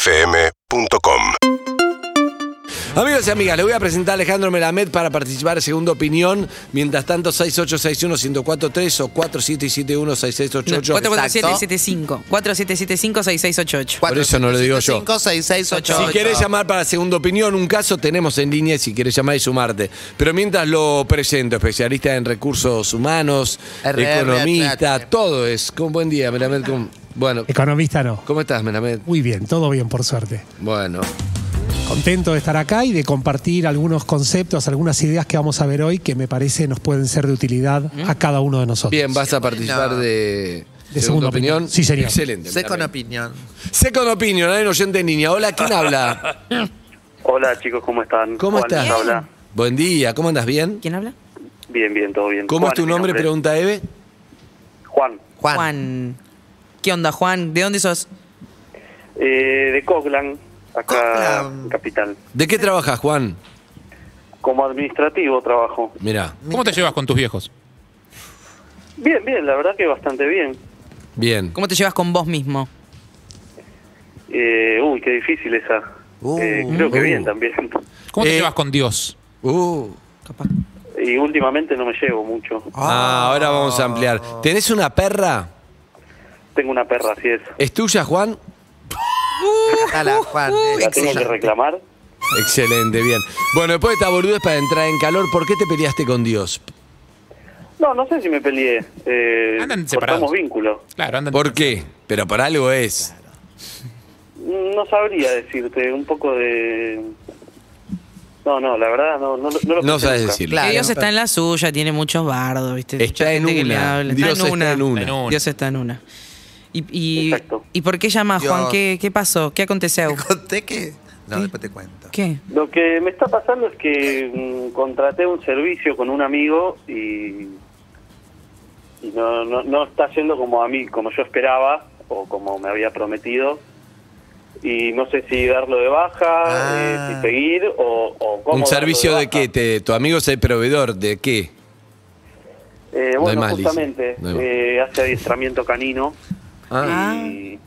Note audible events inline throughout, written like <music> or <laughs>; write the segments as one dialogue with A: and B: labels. A: UrbanaPlayFM.com
B: Amigos y amigas, le voy a presentar a Alejandro Melamed para participar de Segunda Opinión. Mientras tanto, 6861-1043 o 4771-6688.
C: 4775. 4775 6688.
B: Por eso no lo digo yo.
D: 5688.
B: Si querés llamar para Segunda Opinión, un caso tenemos en línea si querés llamar y sumarte. Pero mientras lo presento, especialista en recursos humanos,
D: RR,
B: economista,
D: etc.
B: todo es. Con buen día, Melamed. con- bueno,
E: Economista no.
B: ¿cómo estás, Melamed?
E: Muy bien, todo bien por suerte.
B: Bueno.
E: Contento de estar acá y de compartir algunos conceptos, algunas ideas que vamos a ver hoy que me parece nos pueden ser de utilidad a cada uno de nosotros.
B: Bien, vas a participar de.
E: De Segunda Opinión. Sí, señor.
B: Excelente.
D: Sé con
B: Melamed.
D: opinión.
B: Second Opinion, hay un oyente en línea. Hola, ¿quién habla?
F: Hola chicos, ¿cómo están?
B: ¿Cómo
F: Juan les
B: estás?
F: habla.
B: Buen día, ¿cómo andas? ¿Bien?
C: ¿Quién habla?
F: Bien, bien, todo bien.
B: ¿Cómo
F: Juan,
B: es tu
F: mi
B: nombre? Pregunta Eve.
F: Juan,
D: Juan.
C: ¿Qué onda, Juan? ¿De dónde sos?
F: eh, de Coglan, acá
D: Coglan.
F: en Capital.
B: ¿De qué trabajas, Juan?
F: Como administrativo trabajo.
B: Mirá,
G: ¿Cómo te llevas con tus viejos?
F: Bien, bien, la verdad que bastante bien.
B: bien.
C: ¿Cómo te llevas con vos mismo?
F: Eh, uy, qué difícil esa. Eh,
D: Uh,
F: creo que
B: uh.
F: bien también.
G: ¿Cómo te
B: Eh,
G: llevas con Dios?
B: Uh,
C: Capaz.
F: Y últimamente no me llevo mucho.
B: ah, ahora vamos a ampliar. ¿Tenés una perra?
F: Tengo una perra, así es.
B: ¿Es tuya, Juan?
D: Ala,
F: Uh,
D: Juan. eh,
F: La tengo que
D: excelente.
F: reclamar.
B: Excelente, bien. Bueno, después de esta boludez para entrar en calor, ¿por qué te peleaste con Dios?
F: No, no sé si me peleé. Eh,
G: Andan separados.
F: cortamos vínculo.
G: Claro, andan.
B: ¿Por qué? Pero por algo es.
F: No sabría decirte un poco de... No, no, la verdad no, no, lo- no lo
B: No
F: pensé
B: sabes
F: nunca.
B: decirlo.
D: Claro.
C: Que Dios está en la suya, tiene muchos bardos, ¿viste? Mucha
B: Está en
C: gente que le
B: una.
C: habla.
B: Dios está en una.
G: Está en una.
C: Dios está en una. ¿Y, y,
F: Exacto.
C: ¿y por qué llamas, Juan?
D: Dios.
C: ¿Qué, ¿Qué pasó? ¿Qué
B: <laughs>
C: aconteció?
D: ¿Te conté que? No, después te cuento.
C: ¿Qué?
F: Lo que me está pasando es que mm, contraté un servicio con un amigo y, y no, no, no está yendo como a mí, como yo esperaba o como me había prometido. Y no sé si darlo de baja,
D: Ah.
F: eh, si seguir o, o cómo.
B: ¿Un
F: darlo
B: servicio de
F: baja.
B: qué? Te- ¿Tu amigo es el proveedor de qué?
F: Eh,
B: No hay
F: bueno,
B: más, Liz.
F: justamente,
B: No hay más.
F: eh, hace adiestramiento canino.
B: <laughs> Ah,
F: Y,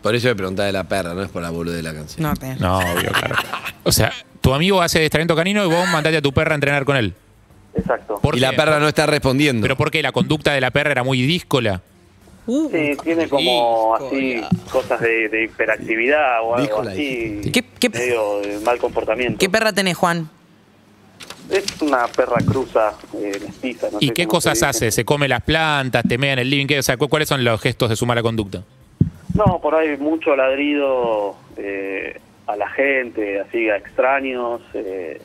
B: por eso me preguntaba de la perra, no es por la boludez de la canción.
C: No, te...
G: No, obvio, claro. <laughs> O sea, tu amigo hace adiestramiento canino y vos mandaste a tu perra a entrenar con él.
F: exacto.
G: ¿Por
B: Y la
G: qué?
B: perra no está respondiendo.
G: ¿Pero por qué? ¿La conducta de la perra era muy díscola?
C: Uh,
F: Sí, tiene como así cosas de, de hiperactividad o algo
B: Dícola,
F: así.
C: ¿Qué- qué-
F: medio de mal comportamiento.
C: ¿Qué perra tenés,
G: <laughs>
C: Juan?
F: Es una perra cruza eh, mestiza. no
G: ¿Y
F: sé
G: qué
F: cómo se
G: cosas
F: dice.
G: hace? ¿Se come las plantas? ¿Te mea en el living? ¿Qué? O sea, ¿cu- ¿cuáles son los gestos de su mala conducta?
F: No, por ahí mucho ladrido eh, a la gente, así a extraños. eh,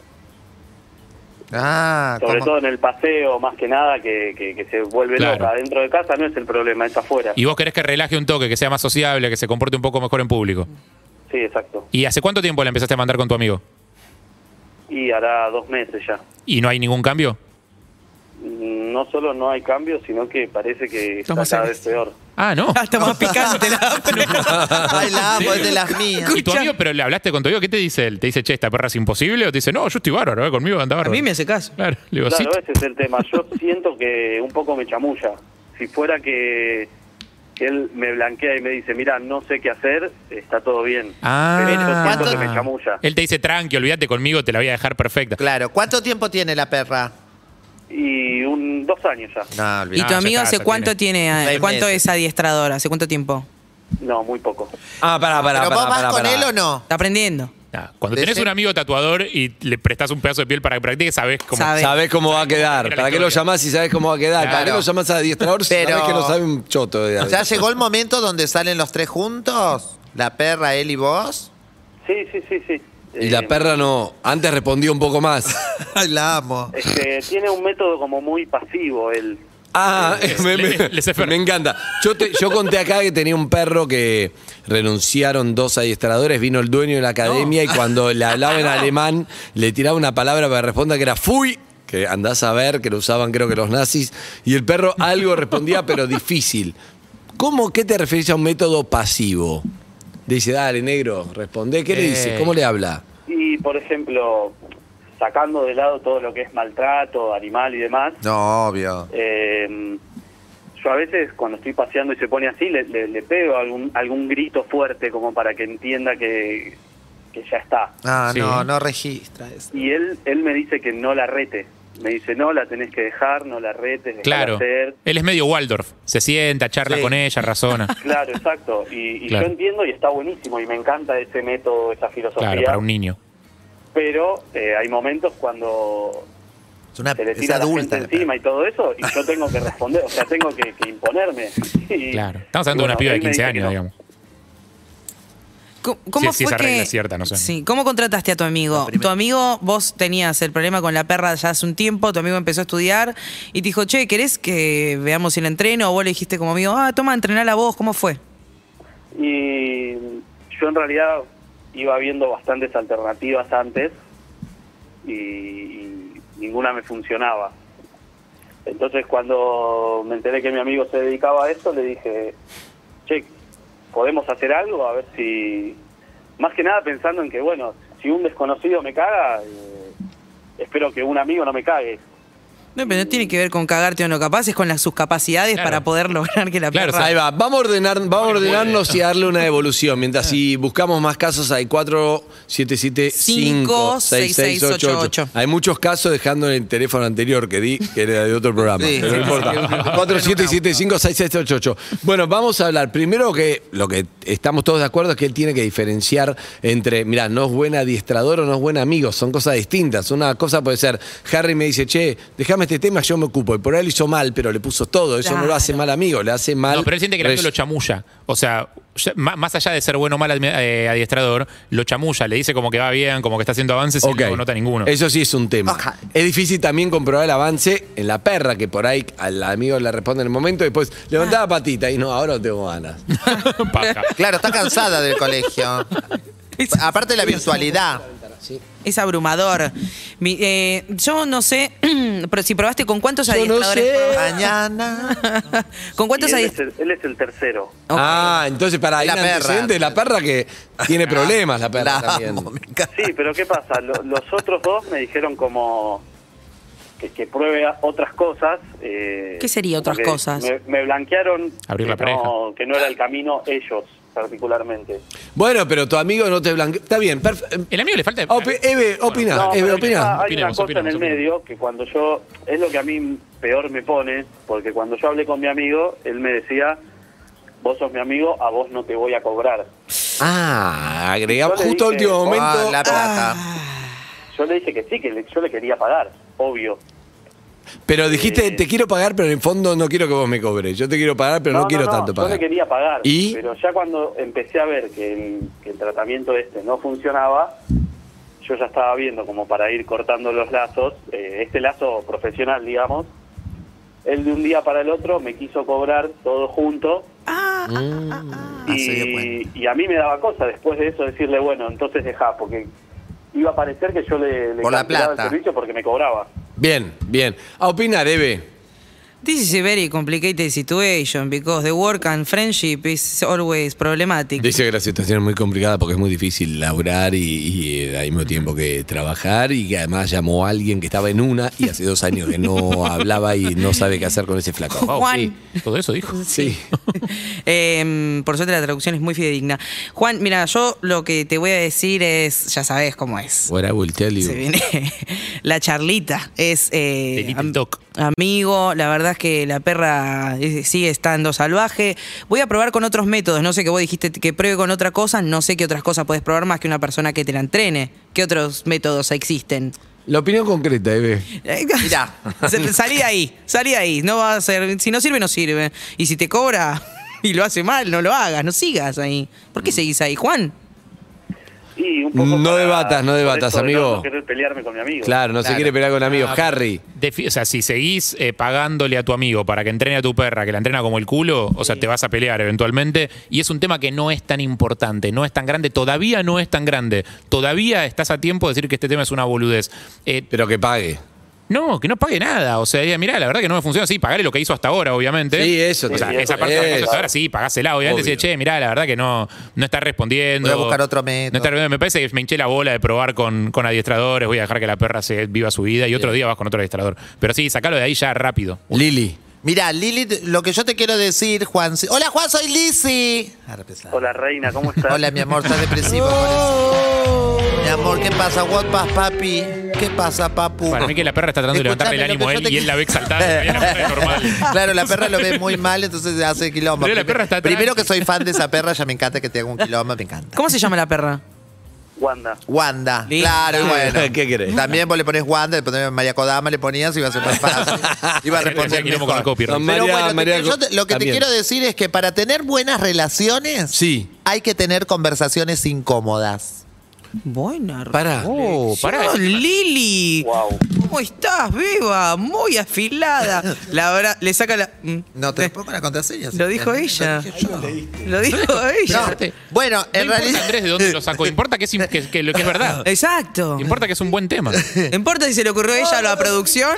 D: Ah,
F: sobre
D: ¿cómo?
F: todo en el paseo, más que nada, que, que- que se vuelve
G: Claro.
F: loca. Dentro de casa no es el problema, es afuera.
G: Y vos querés que relaje un toque, que sea más sociable, que se comporte un poco mejor en público.
F: Sí, exacto.
G: ¿Y hace cuánto tiempo la empezaste a mandar con tu amigo?
F: Y hará dos meses ya.
G: ¿Y no hay ningún cambio?
F: Mm, No solo no hay cambio, sino que parece que está
C: Estamos
F: cada
C: en
F: vez
C: esto.
F: peor.
G: Ah,
B: <laughs>
G: no.
C: Ah, está más picante la
D: Ay, la amo, es de las mías.
G: ¿Y tu amigo, pero le hablaste con tu amigo? ¿Qué te dice él? ¿Te dice, che, esta perra es imposible? ¿O te dice, no, yo estoy bárbaro, eh, conmigo anda
C: A
G: bárbaro?
C: mí me hace caso.
G: Claro, le digo,
F: Claro,
G: sí.
F: ese es el tema. Yo siento que un poco me chamulla. Si fuera que, que él me blanquea y me dice, mira, no sé qué hacer, está todo bien.
G: Ah. Eh.
F: Pero yo siento
D: ¿Cuánto-
F: que me chamulla.
G: Él te dice, tranqui, olvídate conmigo, te la voy a dejar perfecta.
D: Claro, ¿cuánto tiempo tiene la perra?
F: Y un dos años ya.
D: No,
C: ¿Y
D: olvidate.
G: Ah,
C: tu
G: ya
C: amigo
G: está,
C: hace
G: ya
C: cuánto tiene, eh,
D: Seis
C: cuánto
D: meses.
C: es adiestrador? ¿Hace cuánto tiempo?
F: No, muy poco.
B: Ah, pará, pará,
D: ¿Pero
B: pará.
D: vos vas
B: pará,
D: con
B: pará.
D: él o no?
C: Está aprendiendo.
G: Nah, cuando
D: De
G: tenés
D: ese-
G: un amigo tatuador y le prestás un pedazo de piel para que practique, sabés cómo.
C: Sabe.
B: Sabés cómo va a quedar.
G: la
B: ¿Para qué lo
G: historia.
B: llamás si sabés cómo va a quedar? ¿Para qué
D: Claro.
B: lo llamás a adiestrador si
D: Pero-
B: sabés que no sabe un choto? de
D: ¿Ya
B: adiestrador?
D: llegó el momento donde salen los tres juntos? ¿La perra, él y vos?
F: Sí, sí, sí, sí.
B: Y la
F: Eh,
B: perra no. Antes respondió un poco más.
D: Ay, la amo.
F: es que este, tiene un método como muy pasivo él.
B: Ah,
G: Es-
B: me, me-
G: le- le se fer-
B: me encanta. Yo, te- yo conté acá que tenía un perro que renunciaron dos adiestradores, vino el dueño de la academia y cuando le hablaba en alemán le tiraba una palabra para que responda que era fui, que andás a ver, que lo usaban creo que los nazis, y el perro algo respondía pero difícil. ¿Cómo qué te referís a un método pasivo? Dice, dale, negro, responde. ¿Qué le dice?
G: Eh.
B: ¿Cómo le habla?
F: Y, por ejemplo, sacando de lado todo lo que es maltrato, animal y demás,
D: No, obvio.
F: Eh, yo a veces cuando estoy paseando y se pone así, le, le- le pego algún, algún grito fuerte como para que entienda que, que ya está.
D: Ah,
G: Sí.
D: no, no registra eso.
F: Y él, él me dice que no la rete. Me dice, no, la tenés que dejar, no la retes, dejala
G: Claro.
F: hacer.
G: Él es medio Waldorf. Se sienta, charla
D: Sí.
G: con
F: <laughs>
G: ella, razona.
F: Claro, exacto. Y, y
G: Claro.
F: yo entiendo y está buenísimo y me encanta ese método, esa filosofía.
G: claro, para un niño.
F: Pero eh, hay momentos cuando
D: Es, una,
F: se le
D: es
F: tira la gente
D: adulta. la
F: encima y todo eso y yo
G: <laughs>
F: tengo que responder, o sea, tengo que, que imponerme. <laughs> Y-
G: Claro. Estamos hablando de
F: bueno,
G: una piba de
F: él me
G: 15
F: dice que
G: años,
F: no.
G: digamos.
C: ¿Cómo, cómo
G: si
C: fue
G: esa
C: que-
G: regla es cierta, no sé.
C: Sí, ¿cómo contrataste a tu amigo? Tu amigo, vos tenías el problema con la perra ya hace un tiempo, tu amigo empezó a estudiar y te dijo, che, ¿querés que veamos el entreno? O vos le dijiste como amigo, ah, toma, entrenar la voz, ¿cómo fue?
F: Y yo en realidad iba viendo bastantes alternativas antes y, y ninguna me funcionaba. Entonces cuando me enteré que mi amigo se dedicaba a esto, le dije, che, ¿podemos hacer algo? A ver si... Más que nada pensando en que, bueno, si un desconocido me caga, eh, espero que un amigo no me cague.
C: No, pero no tiene que ver con cagarte o no capaz, es con las, sus capacidades
G: Claro.
C: para poder lograr que la
G: Claro,
C: perra...
B: Pues Ahí va, vamos a, ordenar, vamos a ordenarnos y darle una evolución.
C: Ah.
B: Mientras si buscamos más casos, hay 4, 7, 7, 5,
C: Cinco,
B: 6,
C: seis,
B: 6,
C: seis,
B: 8,
C: ocho,
B: 8.
C: ocho.
B: Hay muchos casos dejando en el teléfono anterior que di, que era de otro
C: <laughs>
B: programa.
D: Sí,
B: pero no
D: sí, sí,
B: importa.
D: sí, sí.
B: 4, 7, 7, 5, 6, 6, 8, 8. Bueno, vamos a hablar. Primero que lo que estamos todos de acuerdo es que él tiene que diferenciar entre, mirá, no es buen adiestrador o no es buen amigo. Son cosas distintas. Una cosa puede ser, Harry me dice, che, déjame este tema, yo me ocupo. Y por ahí lo hizo mal, pero le puso todo. Eso no lo hace
C: Claro.
B: mal amigo, le hace mal.
G: No, pero él siente que la
B: res-
G: piba lo chamulla. O sea, ya- má- más allá de ser bueno o mal admi- eh, adiestrador, lo chamulla. Le dice como que va bien, como que está haciendo avances
B: Ok.
G: y no nota ninguno.
B: Eso sí es un tema.
D: Oja.
B: Es difícil también comprobar el avance en la perra, que por ahí al amigo le responde en el momento y después levantaba patita y no, ahora no tengo ganas. <laughs>
G: Paja.
D: Claro, está cansada del colegio. Aparte de la virtualidad.
C: Es abrumador. Mi- eh, yo no sé, <clears throat> pero si probaste con cuántos
B: Yo no
C: adiestradores
B: sé.
C: probaste?
D: Mañana.
C: ¿Con cuántos
F: Y él, es
C: adiestradores?
F: el, él es el tercero.
C: Ok.
B: Ah, entonces para ahí
D: La
B: un
D: perra.
B: antecedente de la perra que tiene problemas la perra
D: La
B: también.
D: amo, me encanta.
F: Sí, pero ¿qué pasa? Lo- los otros dos me dijeron como que, que pruebe a- otras cosas. eh,
C: ¿Qué sería
F: como
C: otras
F: que
C: cosas?
F: Me, me blanquearon
G: Abrir la
F: que, no, que no era el camino ellos particularmente.
B: Bueno, pero tu amigo no te blanquea. Está bien, em, perfecto.
G: El amigo le falta.
B: Eve,
G: Ah,
B: opina,
G: eh,
F: No,
B: Eve,
F: pero
B: opina.
F: hay
G: Opinemos,
F: una cosa
G: opinemos,
F: en el
G: opinemos.
F: medio que cuando yo, es lo que a mí peor me pone, porque cuando yo hablé con mi amigo, él me decía, vos sos mi amigo, a vos no te voy a cobrar.
B: Ah, agregamos
F: Yo le
B: justo al
F: dije,
B: último
F: "Ah,
B: momento.
D: Ah, la plata.
F: Yo le dije que sí, que le- yo le quería pagar, obvio.
B: Pero dijiste,
F: Eh.
B: te quiero pagar, pero en el fondo no quiero que vos me cobres. Yo te quiero pagar, pero no, quiero tanto
F: Yo
B: pagar.
F: le quería pagar.
B: ¿Y?
F: Pero ya cuando empecé a ver que el, que el tratamiento este no funcionaba, yo ya estaba viendo como para ir cortando los lazos, eh, este lazo profesional, digamos. Él de un día para el otro me quiso cobrar todo junto.
B: Mm,
D: Ah, se dio
F: Y,
D: cuenta.
F: y a mí me daba cosa después de eso decirle, bueno, entonces dejá, porque iba a parecer que yo le, le
D: Por la
F: cancelaba
D: plata.
F: el servicio porque me cobraba.
B: Bien, bien. A opinar, Eve.
C: This is a very complicated situation because the work and friendship is always problematic.
B: Dice que la situación es muy complicada porque es muy difícil laburar y, y, eh, al mismo tiempo que trabajar y que además llamó a alguien que estaba en una y hace dos años que
D: <laughs>
B: no hablaba y no sabe qué hacer con ese flaco.
G: Wow,
C: Juan.
G: sí. Todo eso dijo.
B: Sí.
C: <laughs> Eh, por suerte la traducción es muy fidedigna. Juan, mira, yo lo que te voy a decir es, ya sabes cómo es.
B: What I will tell you.
C: Se viene <laughs> la charlita. Es eh,
G: The little
C: am-
G: dog.
C: amigo, la verdad es que la perra eh, sigue estando salvaje. Voy a probar con otros métodos. No sé que vos dijiste que pruebe con otra cosa. No sé qué otras cosas podés probar más que una persona que te la entrene. ¿Qué otros métodos existen?
B: La opinión concreta, Eve.
C: <laughs>
D: Mirá.
C: Se- salí de ahí, salí de ahí. No va a ser, si no sirve, no sirve. Y si te cobra <laughs> y lo hace mal, no lo hagas, no sigas ahí. ¿Por qué seguís ahí, Juan?
F: Y un poco
B: No
F: para-
B: debatas, no
F: por
B: debatas,
F: esto de
B: amigo.
F: No querer pelearme con mi amigo.
B: Claro, no se
D: Claro. Ah.
B: quiere pelear con amigos. Harry.
G: Defi- Ah, o sea, si seguís eh, pagándole a tu amigo para que entrene a tu perra, que la entrena como el culo, o sea, te vas a pelear eventualmente. Y es un tema que no es tan importante, no es tan grande, todavía no es tan grande. Todavía estás a tiempo de decir que este tema es una boludez. Eh,
B: Pero que pague.
G: no, que no pague nada. O sea, diga, mirá, la verdad que no me funciona. Sí, pagale lo que hizo hasta ahora, obviamente.
B: Sí, eso,
G: O sea,
F: sí,
G: esa
F: eso,
G: parte de lo que hizo
B: eso.
G: hasta ahora sí, pagásela, obviamente.
B: Obvio.
G: Decir, che, mirá, la verdad que no, no está respondiendo.
D: Voy a buscar otro
G: No
D: método.
G: está respondiendo. Me parece que me hinché la bola de probar con, con adiestradores. Voy a dejar que la perra se viva su vida y otro día vas con otro adiestrador. Pero sí, sacalo de ahí ya rápido.
B: Lili.
D: Mira, Lilith, lo que yo te quiero decir, Juan. Hola, Juan, soy Lizzy. Ahora empezamos.
F: Hola, reina, ¿cómo estás?
D: Hola, mi amor, estás depresivo.
B: Oh.
D: parece. Mi amor, ¿qué pasa? What pasa, papi? ¿Qué pasa, papu?
G: Para mí que la perra está tratando de levantarle el
D: Escuchame,
G: ánimo a
D: lo que yo
G: él y
D: te-
G: él la ve exaltada. y la perra
D: <laughs>
G: es normal.
D: Claro, la perra lo ve muy mal, entonces hace quilombo.
G: Pero la perra está
D: Primero que
G: tranqui.
D: soy fan de esa perra, ya me encanta que te haga un quilombo, me encanta.
C: ¿Cómo se llama la perra?
F: Wanda.
D: Wanda,
C: Listo.
D: claro, y bueno.
B: ¿Qué querés?
D: También vos le pones Wanda, le pones María Kodama, le ponías y iba a ser más fácil. Iba a responder
G: Quilombo con el
D: mejor.
G: copyright.
B: No,
D: Pero
B: María-
D: bueno, te-
B: María
D: yo
B: Ko-
D: te- lo que
B: también.
D: te quiero decir es que para tener buenas relaciones
B: Sí.
D: hay que tener conversaciones incómodas.
C: Buena.
B: Pará. este
G: Oh, pará.
C: reflexión, Lili.
F: Wow.
C: ¿Cómo estás, viva? Muy afilada. La verdad, le saca la. mm.
D: No te pongo la contraseña.
C: Lo dijo ella. Lo dijo
D: No,
C: ella.
D: Bueno, en
G: no importa,
D: realidad.
G: Andrés, de dónde lo sacó. Importa que es, im- que, que lo que
D: <laughs>
G: es verdad.
C: Exacto.
G: Importa que es un buen tema.
C: No importa si se le ocurrió a ella o a
B: <laughs>
C: la producción.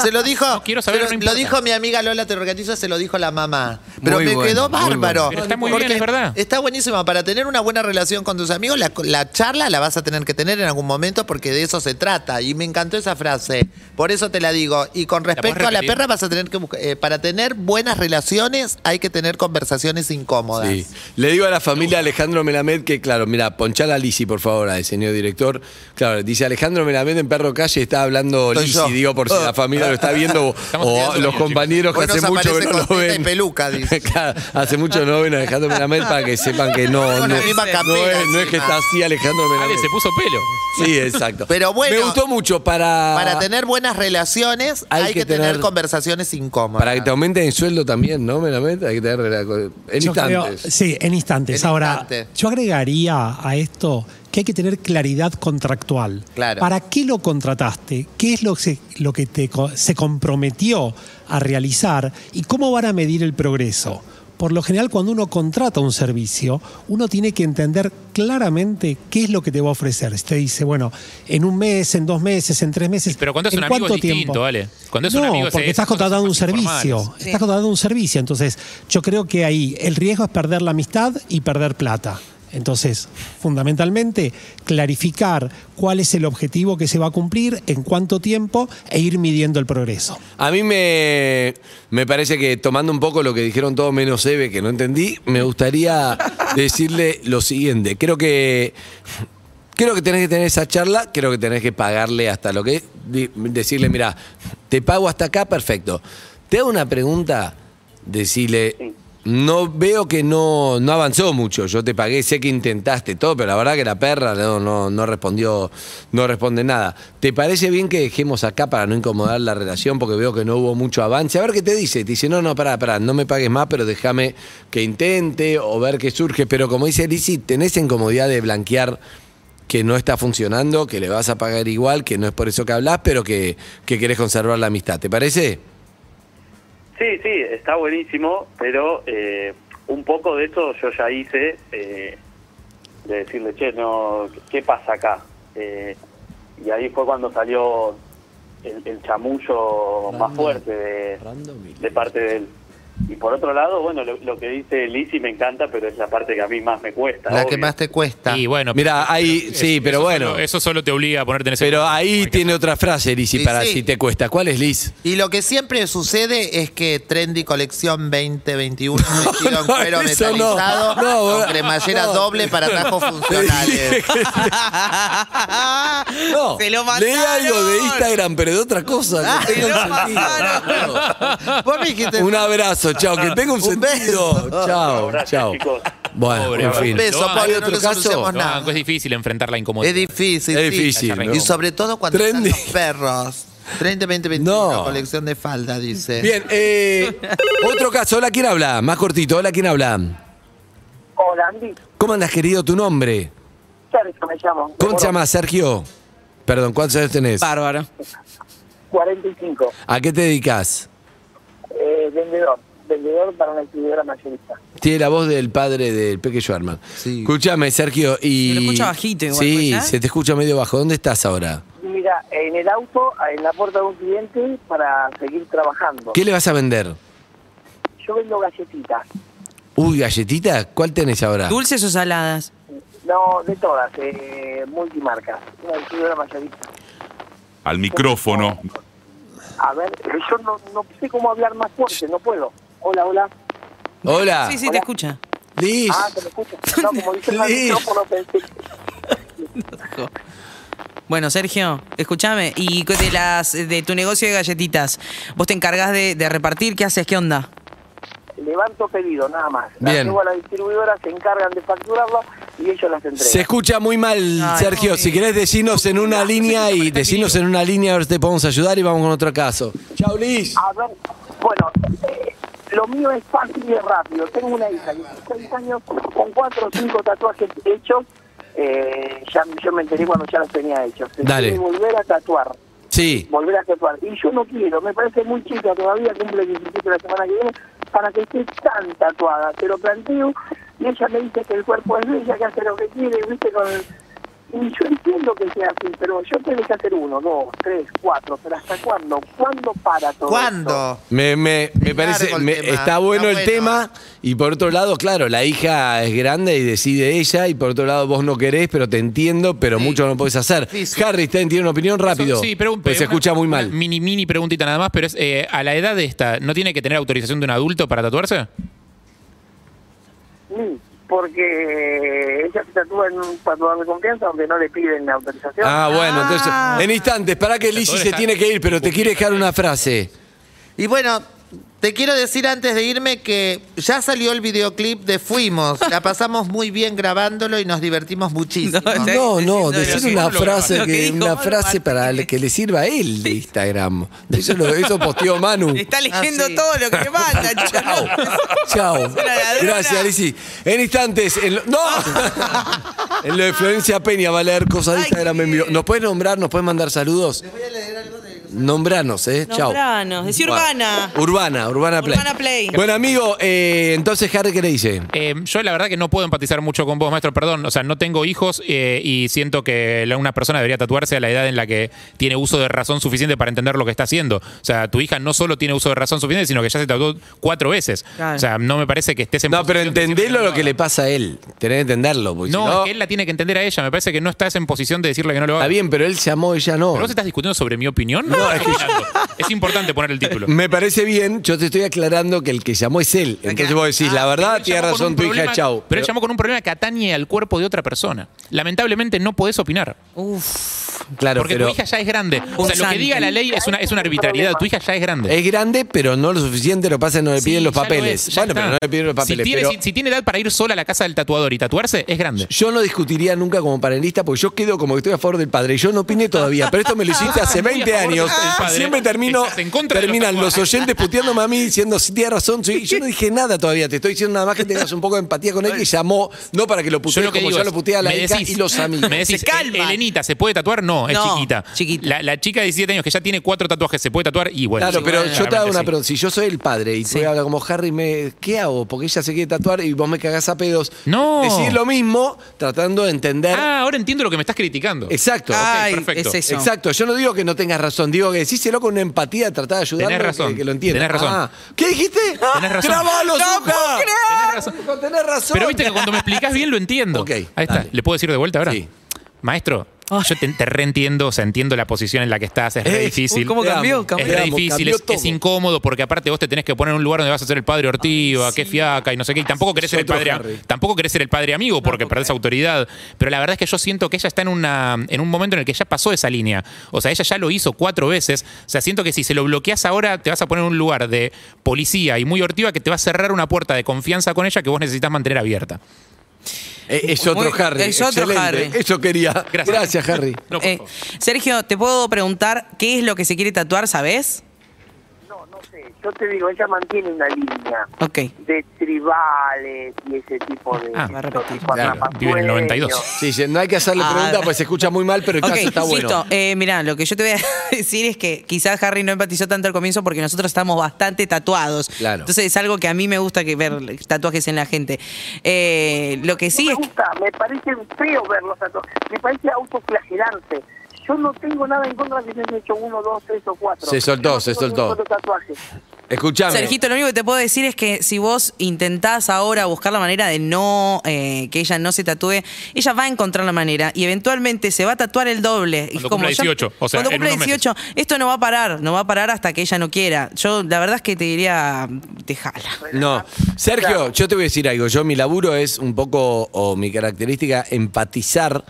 D: Se lo dijo.
G: quiero
D: se
G: saber,
D: lo-
G: no
D: lo
G: importa.
D: dijo mi amiga Lola Te organizo, se lo dijo la mamá. Pero
B: Muy
D: me
B: bueno,
D: quedó
B: muy bueno.
D: bárbaro.
G: Pero está muy bien,
D: Porque
G: es verdad.
D: Está buenísima. Para tener una buena relación con tus amigos, la, la charla la vas a tener que tener en algún momento porque de eso se trata. Y me encantó esa frase. Por eso te la digo. Y con respecto a la
G: repetir?
D: perra, vas a tener que buscar. eh, para tener buenas relaciones, hay que tener conversaciones incómodas.
B: Sí. Le digo a la familia Alejandro Melamed que, claro, mira, ponchala a Lisi, por favor, al señor director. Claro, dice Alejandro Melamed en Perro Calle está hablando
D: Soy
B: Lisi,
D: yo.
B: digo, por si la familia lo está viendo o- o
G: tirando
B: los
G: niños,
B: compañeros que
D: Hoy nos
B: hace mucho que
D: aparece
B: no lo
D: con teta y
B: ven. <laughs>
D: peluca, dice.
B: Claro, hace mucho que no ven a Alejandro Melamed para que sepan que no, no,
D: Con la misma
B: no
D: capela
B: es, no es que
D: encima.
B: está así Alejandro
G: Ale,
B: Melamed.
G: se puso pelo.
B: Sí, exacto.
D: <laughs> Pero bueno,
B: Me gustó mucho para...
D: Para tener buenas relaciones, hay, que, tener, conversaciones incómodas.
B: Para que te aumenten el sueldo también, ¿no, Melamed? Hay que tener... En
E: Yo creo-
B: instantes.
E: sí, en instantes.
D: En
E: Ahora,
D: instantes.
E: yo agregaría a esto que hay que tener claridad contractual.
D: Claro.
E: ¿Para qué lo contrataste? ¿Qué es lo que, se- lo que te co- se comprometió a realizar? ¿Y cómo van a medir el progreso? Por lo general, cuando uno contrata un servicio, uno tiene que entender claramente qué es lo que te va a ofrecer. Si te dice, bueno, en un mes, en dos meses, en tres meses.
G: Pero cuando es
E: ¿en
G: un amigo es
E: cuánto tiempo?
G: distinto, ¿vale? Cuando es
E: no,
G: un amigo es-
E: porque estás
G: son cosas
E: contratando un
G: más informales.
E: servicio.
C: Sí.
E: Estás contratando un servicio. Entonces, yo creo que ahí el riesgo es perder la amistad y perder plata. Entonces, fundamentalmente, clarificar cuál es el objetivo que se va a cumplir, en cuánto tiempo e ir midiendo el progreso.
B: A mí me, me parece que tomando un poco lo que dijeron todos menos Eve, que no entendí, me gustaría decirle lo siguiente. Creo que creo que tenés que tener esa charla, creo que tenés que pagarle hasta lo que es. Di- Decirle, mira, te pago hasta acá, perfecto. Te hago una pregunta, decirle, no veo que no, no avanzó mucho. Yo te pagué, sé que intentaste todo, pero la verdad que la perra no, no, no respondió, no responde nada. ¿Te parece bien que dejemos acá para no incomodar la relación? Porque veo que no hubo mucho avance. A ver qué te dice. Te dice, no, no, pará, pará, no me pagues más, pero déjame que intente o ver qué surge. Pero como dice Lizzy, tenés incomodidad de blanquear que no está funcionando, que le vas a pagar igual, que no es por eso que hablas, pero que, que querés conservar la amistad. ¿Te parece?
F: Sí, sí, está buenísimo, pero eh, un poco de eso yo ya hice, eh, de decirle, che, no, ¿qué pasa acá? Eh, y ahí fue cuando salió el, el chamullo más fuerte de, de parte de él. Y por otro lado, bueno, lo, lo que dice Lizzy me encanta, pero es la parte que a mí más me cuesta.
D: la que
F: obvio.
D: más te cuesta.
G: Y bueno.
B: Mirá, ahí-
G: es-
B: sí, pero
G: eso
B: bueno.
G: solo- eso solo te obliga a ponerte en ese.
B: Pero ahí tiene otra frase, Liz, y
D: Sí,
B: para
D: sí.
B: si te cuesta. ¿Cuál es, Liz?
D: Y lo que siempre sucede es que Trendy Colección 2021
B: <laughs>
D: vestido
B: no,
D: en cuero
B: eso no.
D: metalizado
B: No,
D: con
B: bueno,
D: cremallera
B: no.
D: doble
B: <laughs>
D: para atajos funcionales.
B: No,
C: <laughs> Se lo mandaron.
B: leí algo de Instagram, pero de otra cosa. que
C: Se
B: tenga
C: lo
B: un sentido.
C: mandaron.
D: Vos me dijiste,
B: No. <laughs> Un abrazo, chao, que tenga un,
D: Un beso.
B: sentido. Chao,
F: Abrazo,
B: chao.
F: chicos.
B: Bueno,
G: Pobre,
B: en fin.
D: un beso,
G: No, hay
D: Pablo, no
B: otro
D: le solucionamos
B: caso.
G: No,
D: nada.
G: Anco, es difícil enfrentar la
D: es
G: incomodidad.
D: difícil,
B: Es
D: sí.
B: difícil.
D: Y sobre todo cuando
B: Trendy.
D: están los perros. 30-2021,
B: No.
D: colección de falda, dice.
B: Bien, eh, otro caso. Hola, ¿quién habla? Más cortito. Hola, ¿quién habla?
H: Hola, Andy.
B: ¿Cómo andas, querido? ¿Tu nombre?
H: Sergio me llamo.
B: ¿Cómo te llamas, Sergio? Perdón, ¿cuántos años tenés?
C: Bárbaro.
H: 45.
B: ¿A qué te dedicas?
H: Eh, vendedor. Vendedor para una distribuidora mayorista.
B: Tiene la voz del padre del pequeño Arman.
D: Sí.
B: Escúchame, Sergio. Y...
C: Se lo escucha bajito igual,
B: Sí,
C: ¿puede ser?
B: se te escucha medio bajo. ¿Dónde estás ahora?
H: Y Mira, en el auto, en la puerta de un cliente para seguir trabajando.
B: ¿Qué le vas a vender?
H: Yo vendo galletitas.
B: Uy, galletita. ¿Cuál tenés ahora?
C: ¿Dulces o saladas?
H: No, de todas. Eh, multimarcas. Una distribuidora mayorista.
I: Al micrófono.
H: A ver, yo no, no sé cómo hablar más fuerte, no puedo. Hola, hola.
B: Hola.
C: Sí, sí, te escucha.
B: Liz.
H: Ah, te lo escucho. No, como dice
B: <laughs>
H: el
B: Sí.
H: micrófono, pensé.
C: Bueno, Sergio, escúchame. Y de las de tu negocio de galletitas, ¿vos te encargás de, de repartir? ¿Qué haces? ¿Qué onda?
H: Levanto pedido, nada más. Las
B: Bien.
H: llevo a la distribuidora, se encargan de facturarlo y ellos las entregan.
B: Se escucha muy mal,
C: Ay,
B: Sergio.
C: pobre.
B: Si querés, decinos en una línea y decinos en una línea a ver si te podemos ayudar y vamos con otro caso. Chau, Liz.
H: A ver, bueno, eh, lo mío es fácil y es rápido. Tengo una hija de 16 años con cuatro o cinco tatuajes hechos. Eh, ya, yo me enteré cuando ya los tenía hechos. Se
B: Dale.
H: quiere volver a tatuar,
B: Sí.
H: volver a tatuar. Y yo no quiero, me parece muy chica todavía, cumple 17 la semana que viene, para que esté tan tatuada. Te lo planteo y ella me dice que el cuerpo es de ella, que hace lo que quiere, viste, con... Y yo entiendo que sea así, pero yo tengo que hacer uno, dos, tres, cuatro, pero ¿hasta cuándo? ¿Cuándo para todo esto?
D: ¿Cuándo?
B: Me, me, me parece,
D: el
B: me-
D: tema,
B: está bueno el
D: está bueno.
B: tema y por otro lado, claro, la hija es grande y decide ella y por otro lado vos no querés, pero te entiendo, pero mucho no podés hacer.
D: Difícil.
B: Harry, ¿ten- tiene una opinión rápido?
G: Sí, pero un-
B: Pues se
G: una-
B: escucha muy
G: una
B: mal.
G: Mini, mini preguntita nada más, pero es eh, a la edad de esta, ¿no tiene que tener autorización de un adulto para tatuarse?
H: Sí, porque ella se tatúa en un tatuador de confianza donde no le piden la autorización.
B: Ah, bueno, entonces, en instantes, para que Lizzie se
G: está-
B: tiene que ir, pero te quiere dejar una frase.
D: Y bueno, te quiero decir antes de irme que ya salió el videoclip de Fuimos. La pasamos muy bien grabándolo y nos divertimos muchísimo.
C: No, te-
B: No, no,
C: diciendo
B: decir
G: lo que-
B: una
G: lo que-
B: frase
C: lo que
B: que,
C: dijo
B: una
C: Manu
B: frase
C: Martínez.
B: para el que le sirva a él de Instagram. Eso lo eso posteó Manu.
C: Está leyendo
D: Ah, sí.
C: todo lo que le mandan,
B: Chao.
C: chaval.
B: <laughs> Chao.
C: una ladrona.
B: Gracias, Lizzy. En instantes. En lo, ¡No! en lo de Florencia Peña va a leer cosas de
C: Ay,
B: Instagram
C: qué
B: en vivo.
C: bien.
B: ¿Nos puedes nombrar? ¿Nos puedes mandar saludos? Les voy a leer algo de. Nombranos, ¿eh? Chao.
C: Nombranos. Decí Urbana.
B: Bueno, Urbana, Urbana Play.
C: Urbana Play.
B: Bueno, amigo, eh, entonces, Harry, ¿qué le dice?
G: Eh, yo la verdad que no puedo empatizar mucho con vos, maestro, perdón. O sea, no tengo hijos eh, y siento que la- una persona debería tatuarse a la edad en la que tiene uso de razón suficiente para entender lo que está haciendo. O sea, tu hija no solo tiene uso de razón suficiente, sino que ya se tatuó cuatro veces.
C: Claro.
G: O sea, no me parece que estés en
B: No, pero
G: posición de decirle
B: entenderlo lo
G: haga.
B: que le pasa a él. Tenés que entenderlo. porque si
G: No,
B: no,
G: es que él la tiene que entender a ella. Me parece que no estás en posición de decirle que no lo haga.
B: Está bien, pero él llamó, ella no.
G: ¿Pero vos estás discutiendo sobre mi opinión?
B: No, es que-
G: Es importante poner el título.
B: Me parece bien, yo te estoy aclarando que el que llamó es él. Entonces vos decís, <laughs> la verdad,
G: Él
B: tiene
G: llamó con
B: razón
G: un
B: tu hija,
G: problema-
B: chau.
G: Pero, él llamó con un problema que atañe al cuerpo de otra persona. Lamentablemente no podés opinar.
C: Uf.
B: claro,
G: porque
B: pero
G: tu hija ya es grande. O sea, lo
C: Punzante.
G: que diga la ley es una, es una arbitrariedad. Tu hija ya es grande.
B: es grande, pero no lo suficiente, lo que pasa es que no le piden
G: Sí,
B: los
G: ya lo
B: papeles.
G: es, ya
B: bueno,
G: está.
B: pero no le piden los papeles.
G: Si tiene,
B: pero
G: si- si tiene edad para ir sola a la casa del tatuador y tatuarse, es grande.
B: Yo no discutiría nunca como panelista porque yo quedo como que estoy a favor del padre. Yo no opiné todavía, pero esto me lo hiciste hace
G: <laughs> Muy a
B: 20
G: favor
B: años.
G: del padre.
B: Siempre termino,
G: Estás en contra de los
B: terminan los
G: tatuajes.
B: oyentes puteándome a mí diciendo, si tienes razón, soy-". yo no dije nada todavía. Te estoy diciendo nada más que tengas un poco de empatía con él que llamó, no para que lo
G: Yo
B: putees
G: lo que
B: como
G: digo
B: ya
G: es,
B: lo putea la
G: me
B: hija
G: decís-
B: y los amigos.
G: Me decís, "E-
C: Se calma.
G: Elenita, ¿se puede tatuar? No, es
C: No,
G: chiquita.
C: chiquita.
G: La, la chica de 17 años que ya tiene cuatro tatuajes, ¿se puede tatuar? Y bueno.
B: Claro,
G: sí,
B: pero yo te hago
G: claramente
B: una
G: sí.
B: pregunta. Si yo soy el padre y tú
C: Sí.
B: hablas como Harry, me, ¿qué hago? Porque ella se quiere tatuar y vos me cagás a pedos.
G: No.
B: Decir lo mismo, tratando de entender.
G: Ah, ahora entiendo lo que me estás criticando.
B: Exacto.
C: Ay,
G: perfecto.
C: es eso.
B: Exacto, yo no digo que no tengas razón, digo que decíselo con una empatía, tratá de ayudarlo
G: Tenés
B: que-
G: razón,
B: que, lo entienda.
G: tenés razón.
B: Ah, ¿Qué dijiste?
G: Tenés razón.
B: ¡Grabalo,
C: No
B: Zucca!
C: puedo creer.
G: Tenés razón.
B: Hijo, tenés razón.
G: Pero viste que cuando me explicás bien lo entiendo.
B: Ok,
G: Ahí está.
B: dale.
G: ¿Le puedo decir de vuelta ahora?
B: Sí.
G: Maestro, yo te, te reentiendo, o sea, entiendo la posición en la que estás, es re
B: Eh,
G: difícil.
C: uy, ¿cómo
B: Te
C: cambió?
G: <laughs>
B: amo,
C: Cambió.
G: es
B: te
G: re
B: amo,
G: difícil,
B: cambió
G: es, es
B: todo.
G: incómodo porque aparte vos te tenés que poner en un lugar donde vas a ser el padre ortiva, qué fiaca y no sé qué, y tampoco querés ser el
B: otro
G: padre,
B: Harry.
G: tampoco querés ser el padre amigo porque perdés autoridad, pero la verdad es que yo siento que ella está en una en un momento en el que ya pasó esa línea. O sea, ella ya lo hizo cuatro veces, o sea, siento que si se lo bloqueas ahora te vas a poner en un lugar de policía y muy ortiva que te va a cerrar una puerta de confianza con ella que vos necesitas mantener abierta.
B: Eh, Es otro
C: Muy-
B: Harry.
C: es otro
B: excelente.
C: Harry.
B: Eso quería. Gracias,
G: Gracias.
B: Harry.
G: <laughs> No, por
C: Eh,
G: favor.
C: Sergio, ¿te puedo preguntar qué es lo que se quiere tatuar, sabes?
H: No, no sé. Yo te digo, ella mantiene una línea
C: Ok.
H: de tribales y ese tipo de...
G: Ah,
C: va a repetir.
B: Claro,
G: vive en el 92.
B: Sí, sí, no hay que hacerle
C: Ah,
B: preguntas
C: va.
B: porque se escucha muy mal, pero el
C: Ok,
B: caso está bueno.
C: listo. Eh, mirá, lo que yo te voy a <laughs> decir es que quizás Harry no empatizó tanto al comienzo porque nosotros estamos bastante tatuados.
B: Claro.
C: Entonces es algo que a mí me gusta que ver tatuajes en la gente. Eh, lo que sí
H: me
C: es que
H: gusta, me parece feo verlos a todos. Me parece autoflagelarse. yo no tengo nada en contra que se hayan hecho uno, dos, tres o cuatro.
B: Se soltó,
H: Yo no
B: se
H: tengo
B: soltó.
H: ningún otro tatuaje.
B: Escuchame.
C: Sergito, lo único que te puedo decir es que si vos intentás ahora buscar la manera de no, eh, que ella no se tatúe, ella va a encontrar la manera y eventualmente se va a tatuar el doble. Y
G: Cuando cumpla
C: ya-
G: 18, o sea,
C: cuando
G: en
C: cumpla
G: unos meses.
C: 18, esto no va a parar, no va a parar hasta que ella no quiera. Yo la verdad es que te diría, dejala.
B: No. Sergio, yo te voy a decir algo. Yo mi laburo es un poco, o mi característica, empatizar.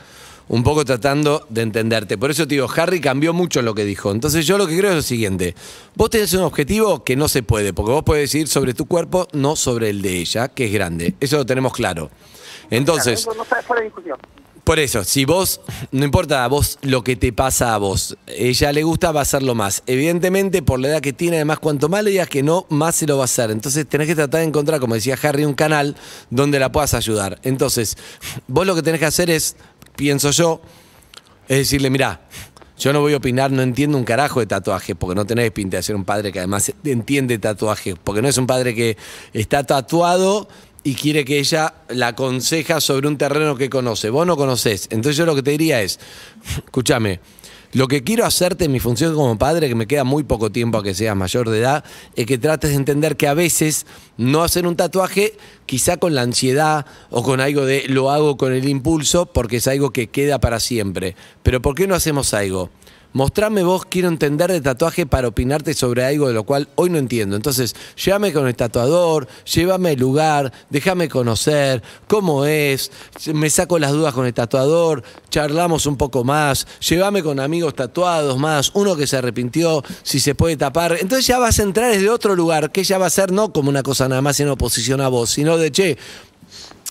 B: Un poco tratando de entenderte. Por eso te digo, Harry cambió mucho en lo que dijo. Entonces yo lo que creo es lo siguiente. Vos tenés un objetivo que no se puede, porque vos podés decir sobre tu cuerpo, no sobre el de ella, que es grande. Eso lo tenemos claro. Entonces,
H: Eso no está fuera de discusión.
B: por eso, si vos, no importa a vos lo que te pasa a vos, ella le gusta, va a hacerlo más. Evidentemente, por la edad que tiene, además, cuanto más le digas que no, más se lo va a hacer. Entonces, tenés que tratar de encontrar, como decía Harry, un canal donde la puedas ayudar. Entonces, vos lo que tenés que hacer es, pienso yo, es decirle, mirá, yo no voy a opinar, no entiendo un carajo de tatuajes, porque no tenés pinta de ser un padre que además entiende tatuajes, porque no es un padre que está tatuado y quiere que ella la aconseja sobre un terreno que conoce. Vos no conocés. Entonces yo lo que te diría es, escúchame, lo que quiero hacerte en mi función como padre, que me queda muy poco tiempo a que seas mayor de edad, es que trates de entender que a veces no hacer un tatuaje, quizá con la ansiedad o con algo de lo hago con el impulso, porque es algo que queda para siempre. Pero ¿por qué no hacemos algo? Mostrame vos, quiero entender de tatuaje para opinarte sobre algo de lo cual hoy no entiendo. Entonces, llévame con el tatuador, llévame al lugar, déjame conocer cómo es, me saco las dudas con el tatuador, charlamos un poco más, llévame con amigos tatuados más, uno que se arrepintió, si se puede tapar. Entonces ya vas a entrar desde otro lugar, que ya va a ser no como una cosa nada más en oposición a vos, sino de, che,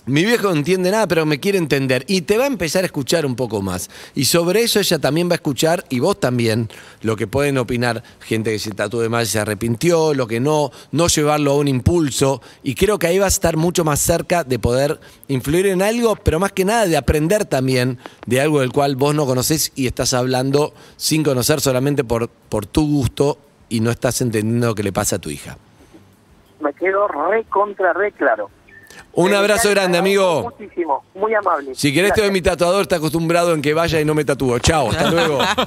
B: mi viejo no entiende nada, pero me quiere entender. Y te va a empezar a escuchar un poco más. Y sobre eso ella también va a escuchar, y vos también, lo que pueden opinar gente que se tatúe mal y se arrepintió, lo que no, no llevarlo a un impulso. Y creo que ahí va a estar mucho más cerca de poder influir en algo, pero más que nada de aprender también de algo del cual vos no conocés y estás hablando sin conocer solamente por, por tu gusto y no estás entendiendo lo que le pasa a tu hija.
H: Me quedo re contra re claro.
B: Un
H: Me
B: abrazo
H: encanta,
B: grande, amigo.
H: Muchísimo, muy amable.
B: Si querés te doy mi tatuador, está acostumbrado en que vaya y no me tatúo. Chao,
G: <laughs>
B: hasta luego.
C: <laughs>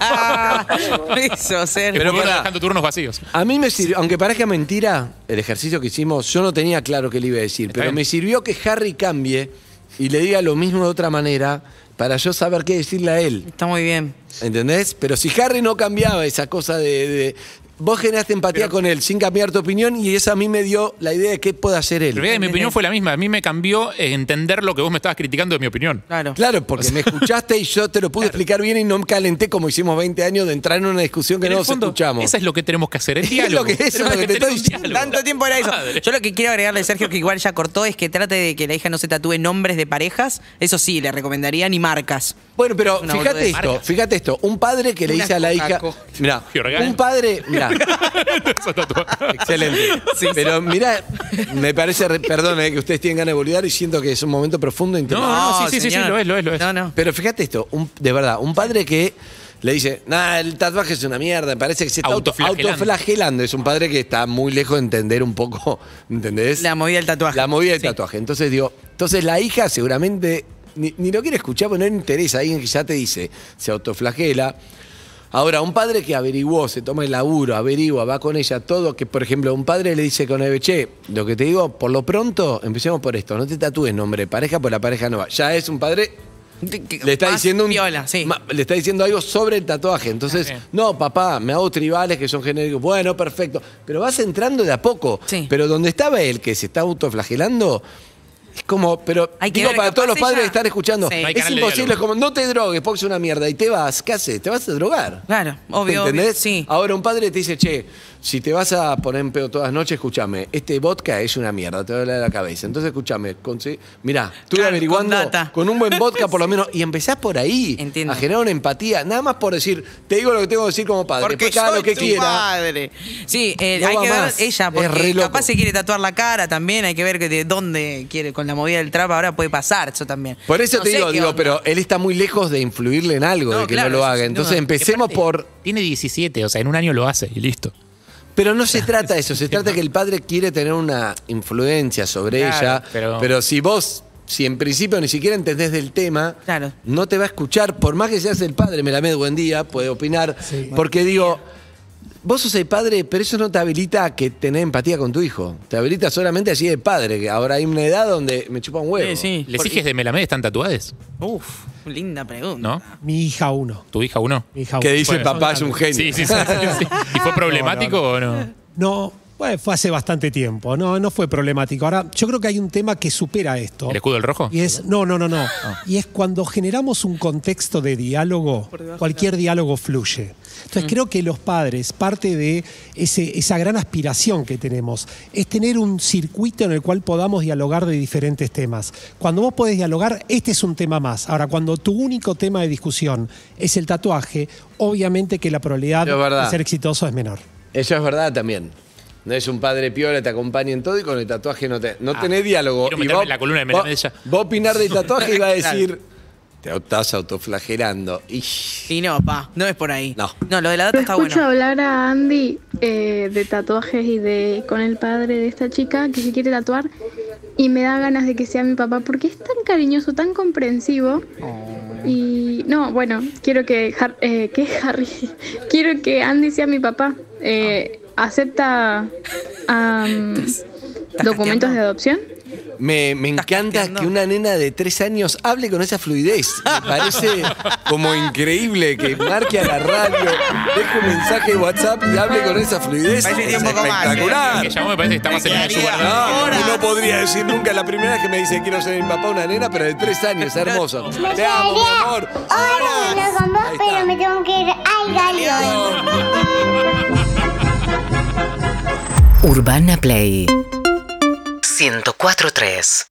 C: Beso, Ah, Sergio.
B: Pero
G: Pero
B: pará.
G: dejando turnos vacíos.
B: A mí me sirvió, aunque parezca mentira el ejercicio que hicimos, yo no tenía claro qué le iba a decir, pero
G: bien.
B: me sirvió que Harry cambie y le diga lo mismo de otra manera para yo saber qué decirle a él.
C: Está muy bien.
B: ¿Entendés? Pero si Harry no cambiaba esa cosa de... de- vos generaste empatía con él sin cambiar tu opinión y eso a mí me dio la idea de qué puede hacer él.
G: En realidad, mi opinión fue la misma. A mí me cambió eh, entender lo que vos me estabas criticando de mi opinión.
C: Claro.
B: Claro, porque
G: <laughs>
B: me escuchaste y yo te lo pude explicar bien y no me calenté como hicimos 20 años de entrar en una discusión que
G: En
B: no
G: el
B: nos
G: fondo,
B: escuchamos.
G: Eso es lo que tenemos que hacer,
B: <laughs>
G: el
B: Es
G: diálogo.
B: lo que- eso es lo
G: Tenemos
B: que te
G: tener
B: estoy
G: un
B: diciendo.
G: diálogo.
C: Tanto tiempo era eso.
B: <laughs>
G: Madre. <laughs>
C: Yo lo que quiero agregarle, Sergio, que igual ya cortó, es que trate de que la hija no se tatúe nombres de parejas. Eso sí, le recomendaría ni marcas.
B: Bueno, pero
C: Una
B: fíjate
C: boludez.
B: esto,
G: Marcas.
B: fíjate esto. Un padre que le
C: Una
B: dice a la hija.
C: Coca-Cola.
B: Mirá,
G: Y orgánico.
B: un padre.
G: <laughs>
B: Mirá,
G: Esa tatuada.
B: excelente. Pero mirá, me parece, re- perdón, eh, que ustedes tienen ganas de boludear y siento que es un momento profundo e interesante.
G: No, no, sí, sí, sí,
C: señor.
G: lo es, lo es, lo es.
C: No, no.
B: Pero fíjate esto, un- de verdad, un padre que le dice, nah, el tatuaje es una mierda, parece que se está auto-
G: Autoflagelando.
B: autoflagelando. Es un padre que está muy lejos de entender un poco, <laughs> ¿entendés?
C: La movida del tatuaje.
B: La movida del tatuaje. Entonces digo, entonces la hija seguramente ni, ni lo quiere escuchar porque no le interesa. Alguien que ya te dice, se autoflagela. Ahora, un padre que averiguó, se toma el laburo, averigua, va con ella, todo, que por ejemplo un padre le dice con Eve, che, lo que te digo, por lo pronto, empecemos por esto, no te tatúes nombre de pareja, por la pareja no va. Ya es un padre le está
C: Más
B: diciendo un-
C: Viola, sí.
B: ma- le está diciendo algo sobre el tatuaje. Entonces,
G: Ok.
B: no, papá, me hago tribales que son genéricos. Bueno, perfecto. Pero vas entrando de a poco.
C: Sí.
B: Pero donde estaba él, que se está autoflagelando, es como, pero
C: Hay que
B: digo
C: ver,
B: para
C: capaz
B: todos los padres
C: ella-
B: que están escuchando,
C: Sí. No hay
B: es
G: canal de
B: imposible, es
G: diálogo.
B: como no te drogues, porque es una mierda, y te vas, ¿qué haces? Te vas a drogar.
C: Claro, obvio, obvio,
B: ¿Entendés?
C: sí.
B: Ahora un padre te dice, che, si te vas a poner en pedo todas las noches, escúchame, este vodka es una mierda, te va a doler la cabeza. Entonces, escúchame, consi- mirá, estuve
C: Claro,
B: averiguando
C: con data.
B: con un buen vodka
C: <laughs>
B: por lo menos, y empezás por ahí
C: Entiendo.
B: a generar una empatía, nada más por decir, te digo lo que tengo que decir como padre, después cada lo que quiera.
C: padre. Sí, eh,
B: No
C: hay
B: va
C: que
B: más.
C: ver ella,
B: Es re
C: porque
B: loco.
C: capaz se quiere tatuar la cara también, hay que ver que de dónde quiere, con la movida del trap ahora puede pasar eso también.
B: Por eso
C: No
B: te
C: sé
B: digo,
C: qué
B: digo,
C: onda.
B: pero él está muy lejos de influirle en algo,
C: No,
B: de que
C: claro,
B: no lo
C: eso
B: haga.
C: sin
B: Entonces
C: duda.
B: empecemos
G: Aparte,
B: por
G: Tiene 17, o sea, en un año lo hace y listo.
B: Pero no se trata de eso, se trata que el padre quiere tener una influencia sobre
G: Claro,
B: ella. Pero,
G: pero-
B: si vos si en principio ni siquiera entendés del tema,
C: Claro.
B: no te va a escuchar, por más que seas el padre, Melamed, buen día, puede opinar, porque digo, vos sos el padre, pero eso no te habilita a que tenés empatía con tu hijo, te habilita solamente así de padre, que ahora hay una edad donde me chupa un huevo.
C: Sí, sí.
G: ¿Les hijes de Melamed están tatuadas?
C: Uf, linda pregunta.
G: ¿No?
E: Mi hija uno.
G: ¿Tu hija uno?
E: Mi hija
B: Que
E: uno.
B: dice el
E: Bueno,
B: papá es
E: son
B: un genio.
G: Sí, sí, sí, sí.
B: <laughs>
G: ¿Y fue problemático o no?
E: No, bueno, fue hace bastante tiempo. No, no fue problemático. Ahora, yo creo que hay un tema que supera esto.
G: ¿El escudo del rojo?
E: Y es, no, no, no, no.
B: Ah.
E: Y es cuando generamos un contexto de diálogo, cualquier diálogo fluye.
B: Mm.
E: Entonces creo que los padres, parte de ese- esa gran aspiración que tenemos, es tener un circuito en el cual podamos dialogar de diferentes temas. Cuando vos podés dialogar, este es un tema más. Ahora, cuando tu único tema de discusión es el tatuaje, obviamente que la probabilidad
B: Es verdad.
E: de ser exitoso es menor.
B: Eso es verdad también. No es un padre piola, te acompaña en todo y con el tatuaje no, te, no tenés diálogo.
G: Ah, quiero
B: Y
G: meterme en la columna de
B: vos-
G: Melamed ya.
B: vos opinar del tatuaje y
G: <laughs>
B: va a decir, te estás autoflagelando. Ish.
C: Y no, pa, no es por ahí.
B: No.
C: No, lo de la data está
I: Escucho
C: bueno.
I: hablar a Andy eh, de tatuajes y de con el padre de esta chica que se quiere tatuar y me da ganas de que sea mi papá porque es tan cariñoso, tan comprensivo.
C: Oh.
I: Y no, bueno, quiero que, Har- eh, que Harry, <laughs> quiero que Andy sea mi papá. Eh, acepta am, documentos de adopción.
B: Me, me
C: Estás
B: encanta
C: casteando.
B: que una nena de tres años hable con esa fluidez. Me parece como increíble que marque a la radio, deje un mensaje de WhatsApp y hable con esa fluidez.
C: Parece que
B: Es
C: un poco más, ¿eh?
B: espectacular.
G: Que llamó me parece que está más en la de su guardado.
B: No, porque no podría decir nunca. La primera vez que me dice quiero ser mi papá una nena, pero de tres años, hermoso. Te amo, mi amor. Hola.
J: con vos,
B: Ahí está.
J: pero me tengo que ir al galeón.
K: Urbana Play 104.3